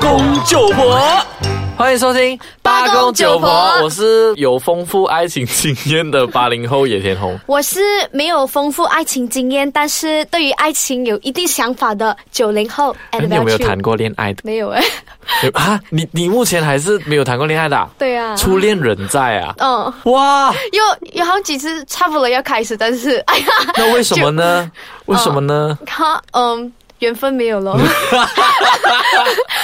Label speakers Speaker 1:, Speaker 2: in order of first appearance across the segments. Speaker 1: 公九婆，欢迎收听
Speaker 2: 八公九婆
Speaker 1: 我是有丰富爱情经验的八零后野田红。
Speaker 2: 我是没有丰富爱情经验，但是对于爱情有一定想法的九零后。
Speaker 1: 那
Speaker 2: Annabelle
Speaker 1: 你有没有
Speaker 2: Chew
Speaker 1: 谈过恋爱的？
Speaker 2: 没有哎、
Speaker 1: 有啊，你你目前还是没有谈过恋爱的、啊？
Speaker 2: 对啊
Speaker 1: 初恋人在啊。
Speaker 2: 嗯，
Speaker 1: 哇，
Speaker 2: 有有好几次差不多要开始，但是 哎呀，
Speaker 1: 那为什么呢？为什么呢？
Speaker 2: 他嗯缘分 没有了，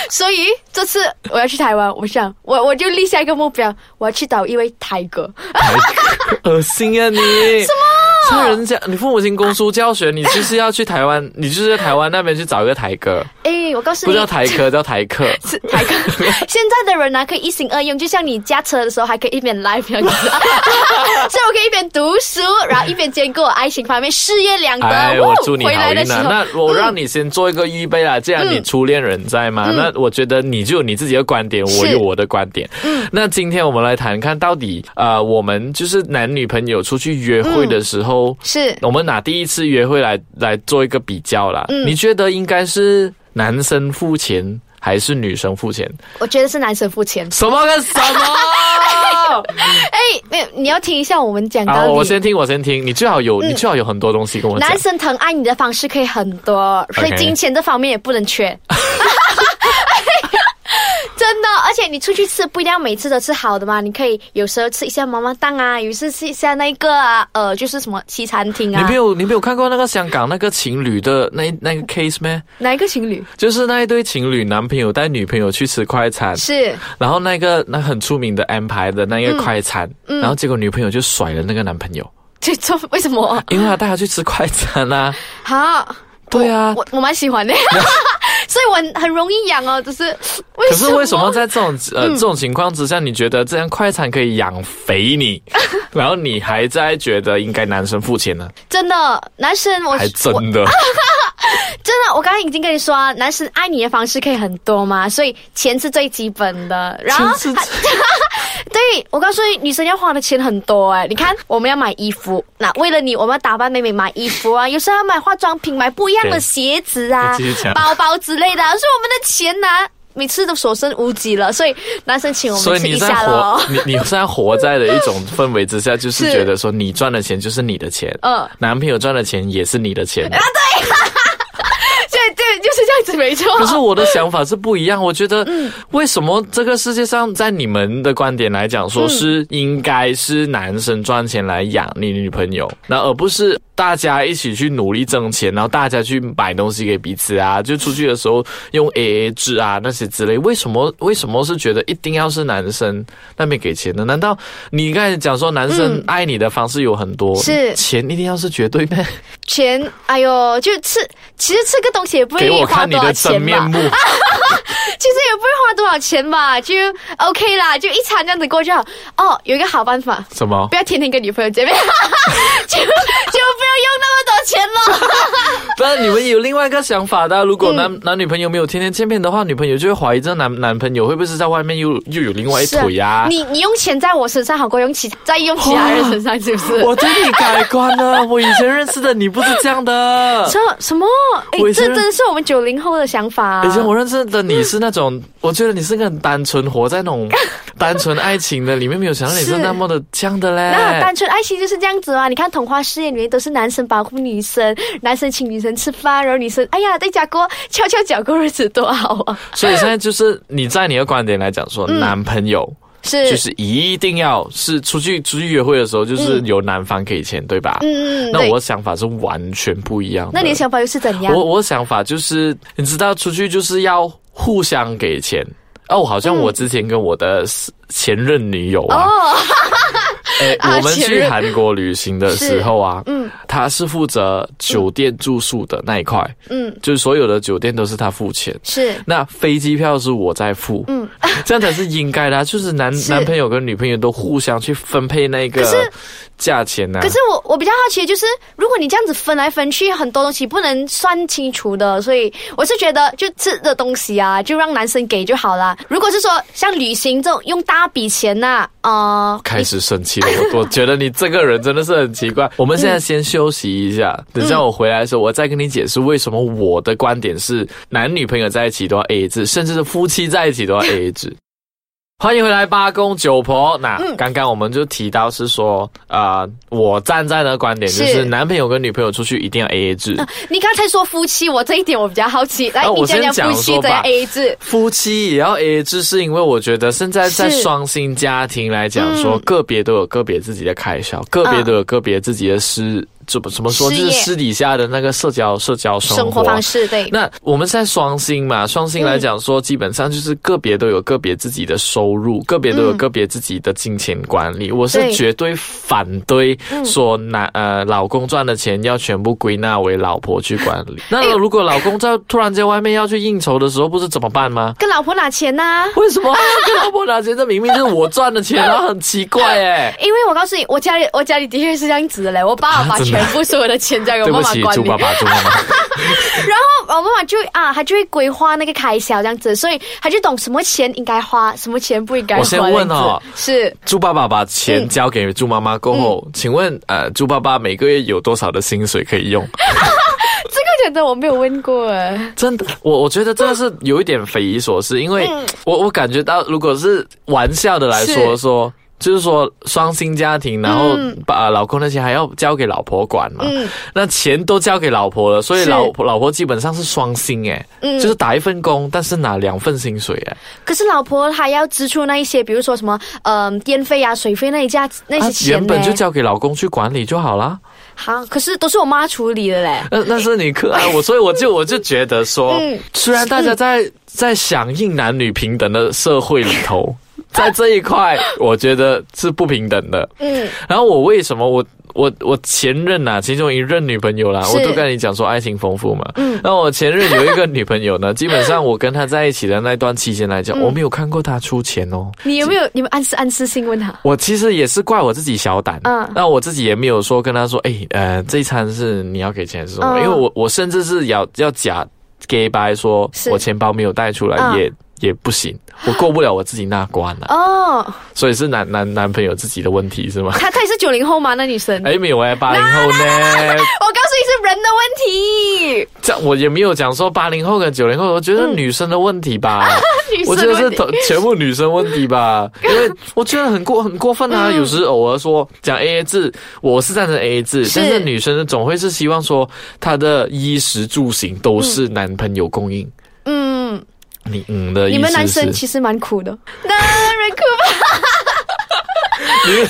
Speaker 2: 所以这次我要去台湾，我想我我就立下一个目标，我要去找一位台哥。
Speaker 1: 恶心啊你！什么？像人家，你父母亲公书教学，你就是要去台湾，你就是在台湾那边去找一个台哥，
Speaker 2: 哎，我告诉
Speaker 1: 不
Speaker 2: 你，
Speaker 1: 叫台科，叫台 客。
Speaker 2: 是 台哥。现在的人呢、可以一心二用，就像你驾车的时候还可以一边 来一边，所以啊我可以一边读书，然后一边兼顾我爱情方面，事业两得。
Speaker 1: 哎，
Speaker 2: 哇
Speaker 1: 我祝你
Speaker 2: 回
Speaker 1: 好
Speaker 2: 来
Speaker 1: 运
Speaker 2: 的时
Speaker 1: 啊！
Speaker 2: 候，嗯
Speaker 1: 那我让你先做一个预备啦，既然你初恋人在嘛，那我觉得你就有你自己的观点，我
Speaker 2: 是
Speaker 1: 有我的观点。嗯，那今天我们来谈看到底，呃，我们就是男女朋友出去约会
Speaker 2: 嗯
Speaker 1: 的时候，
Speaker 2: 是
Speaker 1: 我们拿第一次约会来来做一个比较啦。
Speaker 2: 嗯
Speaker 1: 你觉得应该是男生付钱还是女生付钱？
Speaker 2: 我觉得是男生付钱。
Speaker 1: 什么跟什 么？
Speaker 2: 哎，没有，你要听一下我们讲
Speaker 1: 哦好，
Speaker 2: 道
Speaker 1: 我
Speaker 2: 理。
Speaker 1: 先听，我先听。你最好
Speaker 2: 嗯
Speaker 1: 有，你最好有很多东西跟我讲
Speaker 2: 男。生疼爱你的方式可以很多，所以
Speaker 1: OK
Speaker 2: 金钱这方面也不能缺。 真的，而且你出去吃不一定要每次都吃好的嘛，你可以有时候吃一下妈妈档啊，有时吃一下那个啊，呃，就是什么西餐厅
Speaker 1: 你
Speaker 2: 啊
Speaker 1: 没。有，你没有看过那个香港那个情侣的那那个 case 咩？
Speaker 2: 哪一个情侣？
Speaker 1: 就是那一对情侣，男朋友带女朋友去吃快餐，
Speaker 2: 是
Speaker 1: 然后那个那很出名的安排的那个快餐，
Speaker 2: 嗯
Speaker 1: 然后结果女朋友就甩了那个男朋友，
Speaker 2: 这这为什么？
Speaker 1: 因为他带他去吃快餐啊。
Speaker 2: 好，
Speaker 1: 对啊，
Speaker 2: 嗯我我蛮 喜欢的，所以我很很容易养哦，只是为
Speaker 1: 可
Speaker 2: 什么？
Speaker 1: 是为什么在这种
Speaker 2: 嗯
Speaker 1: 呃、这种情况之下，你觉得这样快餐可以养肥 你，然后你还在觉得应该男生付钱呢？
Speaker 2: 真的男生我
Speaker 1: 还
Speaker 2: 我啊
Speaker 1: 真的，
Speaker 2: 真的，我刚刚已经跟你说、啊，男生爱你的方式可以很多嘛，所以钱是最基本的。然后
Speaker 1: 真是
Speaker 2: 对我告诉你，女生要花的钱很多哎、你看我们要买衣服，那为了你，我们要打扮妹妹买衣服啊，有时候要买化妆品，买不一样的
Speaker 1: 对
Speaker 2: 鞋子啊
Speaker 1: 继续讲、
Speaker 2: 包包之类的啊、所以我们的钱呢、每次都所剩无几了，所以男生请我
Speaker 1: 所
Speaker 2: 们
Speaker 1: 以
Speaker 2: 吃
Speaker 1: 你
Speaker 2: 一
Speaker 1: 在
Speaker 2: 下
Speaker 1: 活
Speaker 2: 咯。，
Speaker 1: 你你现在活在的一种氛围之下，就是
Speaker 2: 是
Speaker 1: 觉得说你赚的钱就是你的钱，
Speaker 2: 嗯
Speaker 1: 男朋友赚的钱也是你的 钱。
Speaker 2: 对对，就是这样子，没错。
Speaker 1: 可是我的想法是不一
Speaker 2: 嗯
Speaker 1: 样，我觉得为什么这个世界上，在你们的观点来讲，
Speaker 2: 嗯
Speaker 1: 说是应该是男生赚钱来养你女朋友，那而不是大家一起去努力挣钱，然后大家去买东西给彼此啊，就出去的时候用 AA 制啊那些之类。为什么为什么是觉得一定要是男生那边给钱呢？难道你刚才讲说男生爱你的方式有很多，
Speaker 2: 嗯是
Speaker 1: 钱一定要是绝对咩？
Speaker 2: 钱，哎呦，就吃，其实吃个东西也不
Speaker 1: 给
Speaker 2: 会
Speaker 1: 我
Speaker 2: 花
Speaker 1: 看你
Speaker 2: 多少
Speaker 1: 的真
Speaker 2: 钱
Speaker 1: 面
Speaker 2: 吧，
Speaker 1: 目。
Speaker 2: 其实也不会花多少钱吧，就 OK 啦，就一餐这样子过就好。哦，有一个好办法，
Speaker 1: 什么
Speaker 2: 不？要天天跟女朋友见面， 就就不要用那么多钱了。
Speaker 1: 不然你们有另外一个想法的啊、如果
Speaker 2: 嗯
Speaker 1: 男、男女朋友没有天天见面的话，女朋友就会怀疑这男男朋友会不会是在外面又又有另外一
Speaker 2: 是啊
Speaker 1: 腿呀、
Speaker 2: 你你用钱在我身上好过用其在用其他人身上，是不是？
Speaker 1: 我对你改观了， 我以前认识的你不是这样的。
Speaker 2: 什什么？哎
Speaker 1: 我，以前
Speaker 2: 这真的是我们九零后的想法、啊。
Speaker 1: 以前我认识的你是那种，我觉得你是个很单纯，活在那 种单纯爱情的里面，没有想到你是
Speaker 2: 是
Speaker 1: 那么的这样的
Speaker 2: 啊那
Speaker 1: 嘞
Speaker 2: 单。纯爱情就是这样子啊！你看童话世界里面都是男生保护女生，男生请女生吃饭，然后女生哎呀在家过翘翘脚过日子多好啊！
Speaker 1: 所以现在就是你在你的观点来讲说，男朋友
Speaker 2: 嗯是，
Speaker 1: 就是一定要是出去出去约会的时候，就是
Speaker 2: 嗯
Speaker 1: 由男方给钱，对吧？
Speaker 2: 嗯嗯，
Speaker 1: 那
Speaker 2: 对
Speaker 1: 我想法是完全不一样的。
Speaker 2: 那你的想法又是怎样？
Speaker 1: 我我想法就是，你知道出去就是要互相给钱。哦，好像我之前跟我的前任女友啊，
Speaker 2: 嗯哦，
Speaker 1: 诶
Speaker 2: 啊
Speaker 1: 我们
Speaker 2: 前
Speaker 1: 去
Speaker 2: 任
Speaker 1: 韩国旅行的时候啊，嗯，她是负责酒店住宿的那一块，
Speaker 2: 嗯，
Speaker 1: 就是所有的酒店都是她付钱。
Speaker 2: 是
Speaker 1: 那飞机票是我在付，嗯， 这样才是应该的、啊，就是男
Speaker 2: 是
Speaker 1: 男朋友跟女朋友都互相去分配那个
Speaker 2: 可是
Speaker 1: 价钱呐、啊。
Speaker 2: 可是我我比较好奇的就是，如果你这样子分来分去，很多东西不能算清楚的，所以我是觉得就吃的东西啊，就让男生给就好啦。如果是说像旅行这种用大笔钱呐、呃，
Speaker 1: 开始生气了。我我觉得你这个人真的是很奇怪。我们现在先休息一下，等下我回来的时候，我再跟你解释为什么我的观点是男女朋友在一起都要 AA 制，甚至是夫妻在一起都要 AA 制。欢迎回来，八公九婆。那、刚刚我们就提到是说，啊、我站在的观点就是
Speaker 2: 是
Speaker 1: 男朋友跟女朋友出去一定要 AA 制。
Speaker 2: 你刚才说夫妻，我这一点我比较好奇。来，
Speaker 1: 啊我
Speaker 2: 你讲
Speaker 1: 先
Speaker 2: 讲
Speaker 1: 讲
Speaker 2: 夫妻
Speaker 1: 说
Speaker 2: 怎样
Speaker 1: 吧
Speaker 2: A 制？
Speaker 1: 夫妻也要 AA 制，是因为我觉得现在在
Speaker 2: 是
Speaker 1: 双薪家庭来讲说，
Speaker 2: 嗯
Speaker 1: 个别都有个别自己的开销，个别都有个别自己的私怎么怎么说，就
Speaker 2: 啊事
Speaker 1: 是
Speaker 2: 业
Speaker 1: 私底下的那个社交社交生活
Speaker 2: 生活方式对，
Speaker 1: 那我们现在双薪嘛，双薪来讲说，基本上就是个别都有个别自己的收入，
Speaker 2: 嗯
Speaker 1: 个别都有个别自己的金钱管理。我是
Speaker 2: 对
Speaker 1: 绝对反对
Speaker 2: 嗯
Speaker 1: 说男呃老公赚的钱要全部归纳为老婆去管 理。
Speaker 2: 哎
Speaker 1: 那如果老公在突然间外面要去应酬的时候，不是怎么办吗？
Speaker 2: 跟老婆拿钱呐、
Speaker 1: 为 什么要跟老婆拿钱？这明明就是我赚的钱啊，很奇怪哎、
Speaker 2: 因为我告诉你，我家里我家里的确是这样子的嘞，我爸爸把
Speaker 1: 啊真的
Speaker 2: 全部所有的钱交给我
Speaker 1: 对
Speaker 2: 妈
Speaker 1: 不
Speaker 2: 妈
Speaker 1: 起，
Speaker 2: 管
Speaker 1: 猪
Speaker 2: 理，
Speaker 1: 爸爸，猪妈妈。
Speaker 2: 然后我妈妈就会啊，她就会规划那个开销这样子，所以她就懂什么钱应该花，什么钱不应该花。
Speaker 1: 我先问哦
Speaker 2: 这样子，
Speaker 1: 猪爸爸把
Speaker 2: 嗯
Speaker 1: 钱交给猪妈妈过后，请问呃，猪爸爸每个月有多少的薪水可以用？
Speaker 2: 是这个真的我没有问过哎。
Speaker 1: 真的，我我觉得这个是有一点匪夷所思，因为我我感觉到，如果是玩笑的来说
Speaker 2: 嗯是
Speaker 1: 说。就是说，双薪家庭，然后
Speaker 2: 嗯
Speaker 1: 把、老公那些还要交给老婆管嘛，
Speaker 2: 嗯
Speaker 1: 那钱都交给老婆了，所以
Speaker 2: 是
Speaker 1: 老婆老婆基本上是双薪诶，
Speaker 2: 嗯
Speaker 1: 就是打一份工，但是拿两份薪水诶。
Speaker 2: 可是老婆还要支出那一些，比如说什么，嗯、电费啊、水费那一家那
Speaker 1: 啊
Speaker 2: 些哎钱、
Speaker 1: 原
Speaker 2: 呢。
Speaker 1: 本就交给老公去管理就好啦。呃
Speaker 2: 好，可是都是我妈处理的嘞。
Speaker 1: 那那是你可爱，我所以我就我就觉得说，
Speaker 2: 嗯
Speaker 1: 虽然大家在在响应男女平等的社会里头， 在这一块，我觉得是不平等的。
Speaker 2: 嗯，
Speaker 1: 然后我为什么我我我前任啊，其中一任女朋友啦，
Speaker 2: 是
Speaker 1: 我都跟你讲说爱情丰富嘛。嗯，那我前任有一个女朋友呢，基本上我跟她在一起的那段期间来讲，我没有看过她出钱哦。
Speaker 2: 你有没有你们暗示暗示性问她？
Speaker 1: 我其实也是怪我自己小胆，
Speaker 2: 嗯
Speaker 1: 那我自己也没有说跟他说，哎、呃，这一餐是你要给钱是什么？
Speaker 2: 嗯
Speaker 1: 因为我我甚至是要要假 gay 白说，
Speaker 2: 是
Speaker 1: 我钱包没有带出来、
Speaker 2: 嗯
Speaker 1: 也也不行，我过不了我自己那关 了、
Speaker 2: 哦，
Speaker 1: 所以是男男男朋友自己的问题是吗？
Speaker 2: 她她也是九零后吗？那女生？
Speaker 1: 哎、没有哎、八零后呢？
Speaker 2: 我告诉你是人的问题，
Speaker 1: 这样我也没有讲说八零后跟九零后，我觉得
Speaker 2: 嗯
Speaker 1: 女生的问题吧。
Speaker 2: 女
Speaker 1: 我
Speaker 2: 生
Speaker 1: 觉
Speaker 2: 的
Speaker 1: 得是
Speaker 2: 问题
Speaker 1: 同全部女生问题 吧，因为我觉得很过很过分啊。
Speaker 2: 嗯
Speaker 1: 有时偶尔说讲 A A 制，我是赞成 A A 制，
Speaker 2: 是
Speaker 1: 但是女生呢总会是希望说她的衣食住行都是男朋友供应。
Speaker 2: 嗯，
Speaker 1: 你嗯的意
Speaker 2: 你们男
Speaker 1: 思 是，
Speaker 2: 生其实蛮苦的，男人苦吧？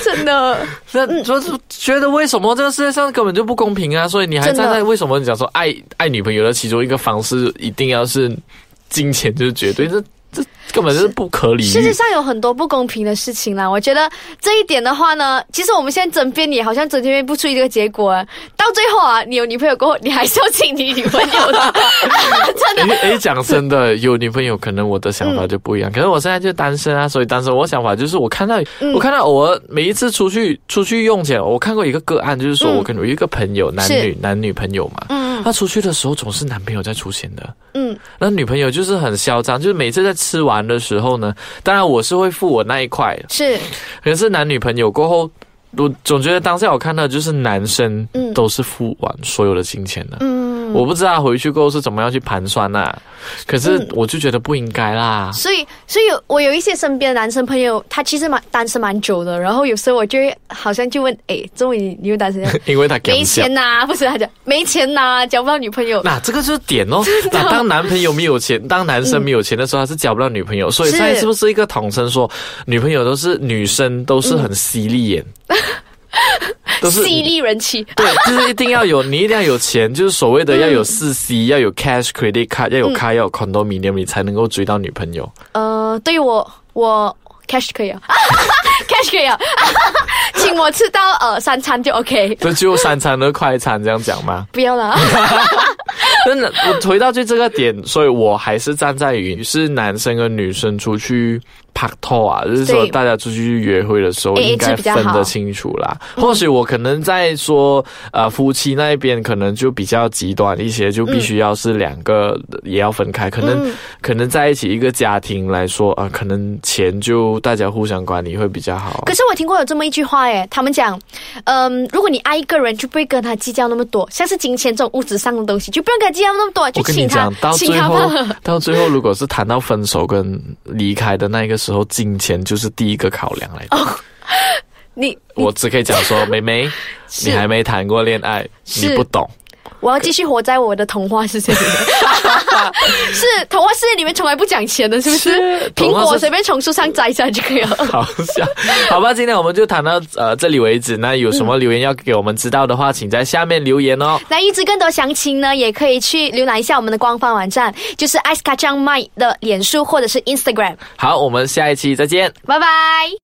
Speaker 2: 真的，
Speaker 1: 那就是觉得为什么这个世界上根本就不公平啊？所以你还
Speaker 2: 真的
Speaker 1: 站在为什么你讲说爱爱女朋友的其中一个方式一定要是金钱，就是绝对这这根本就是不可理
Speaker 2: 世界
Speaker 1: 喻。啊
Speaker 2: 上有很多不公平的事情啦。我觉得这一点的话呢，其实我们现在争辩也好像争辩不出一个结果啊。到最后啊，你有女朋友过后，你还是要请你女朋 友的，真的。
Speaker 1: 诶诶，讲真 的，有女朋友可能我的想法就不一样。可是我现在就单身啊，所以单身我想法就是，我看到、
Speaker 2: 嗯
Speaker 1: 我看到偶尔每一次出去出去用钱，我看过一个个案，就是说
Speaker 2: 嗯
Speaker 1: 我跟我有一个朋友，男
Speaker 2: 是
Speaker 1: 女男女朋友嘛，
Speaker 2: 嗯
Speaker 1: 他出去的时候总是男朋友在出钱的。
Speaker 2: 嗯，
Speaker 1: 那女朋友就是很嚣张，就是每次在吃完的时候呢，当然我是会付我那一块，
Speaker 2: 是
Speaker 1: 可是男女朋友过后，我总觉得当下我看到就是男生
Speaker 2: 嗯
Speaker 1: 都是付完所有的金钱的，
Speaker 2: 嗯，
Speaker 1: 我不知道回去过后是怎么样去盘算啦、可是
Speaker 2: 嗯
Speaker 1: 我就觉得不应该啦。
Speaker 2: 所以，所以有我有一些身边的男生朋友，他其实蛮单身蛮久的，然后有时候我就会好像就问，哎，终于你又单身 了，
Speaker 1: 因为他给我
Speaker 2: 没
Speaker 1: 们
Speaker 2: 钱呐、不是他讲没钱呐、交不到女朋友，
Speaker 1: 那、这个就是点哦。那、当男朋友没有钱，当男生没有钱的时候，他是交不到女朋友，所以
Speaker 2: 是
Speaker 1: 现在是不是一个统称说，女朋友都是女生都是很犀利 眼，都是
Speaker 2: 犀利人妻，
Speaker 1: 对，就是一定要有，你一定要有钱，就是所谓的要有四 C，、要有 cash credit card，要有
Speaker 2: 嗯
Speaker 1: car，、要有 condominium，你才能够追到女朋友。
Speaker 2: 呃，对我我 cash 可以啊 ，cash 可以啊， 请我吃到呃三餐就 OK，
Speaker 1: 这就三餐和快餐这样讲吗？
Speaker 2: 不 要了，
Speaker 1: 真的，我回到最这个点，所以我还是站在于是男生跟女生出去拍拖啊，就是说
Speaker 2: 对
Speaker 1: 大家出去约会的时候
Speaker 2: AA 制
Speaker 1: 应该
Speaker 2: 比较好
Speaker 1: 分得清楚啦。嗯或许我可能在说呃夫妻那一边可能就比较极端一些，就必须要是两个也要分开，可能、嗯可能在一起一个家庭来说啊、呃可能钱就大家互相管理会比较好啊
Speaker 2: 可。是我听过有这么一句话，诶，他们讲，嗯，如果你爱一个人，就不会跟他计较那么多，像是金钱这种物质上的东西，就不用跟他计较那么多，就
Speaker 1: 我跟你
Speaker 2: 请他
Speaker 1: 讲，到，
Speaker 2: 请
Speaker 1: 最
Speaker 2: 他
Speaker 1: 后
Speaker 2: 吧。，
Speaker 1: 到最后，如果是谈到分手跟离开的那个时候，金钱就是第一个考量来的。
Speaker 2: 哦你，
Speaker 1: 我只可以讲 说，妹妹，
Speaker 2: 是
Speaker 1: 你还没谈过恋爱，
Speaker 2: 是
Speaker 1: 你不 懂。
Speaker 2: 我要继续活在我的童话世 界里 面。是童话世界里面从来不讲钱的，是不是？
Speaker 1: 是
Speaker 2: 苹
Speaker 1: 童话
Speaker 2: 果
Speaker 1: 世
Speaker 2: 随便从树上摘下来就可以了。
Speaker 1: 好笑，好吧，今天我们就谈到呃这里为止。那有
Speaker 2: 嗯
Speaker 1: 什么留言要给我们知道的话，请在下面留言哦。
Speaker 2: 那预知更多详情呢，也可以去浏览一下我们的官方网站，就是 Ice k a c a n g m i 的脸书或者是 Instagram。
Speaker 1: 好，我们下一期再见。
Speaker 2: 拜拜。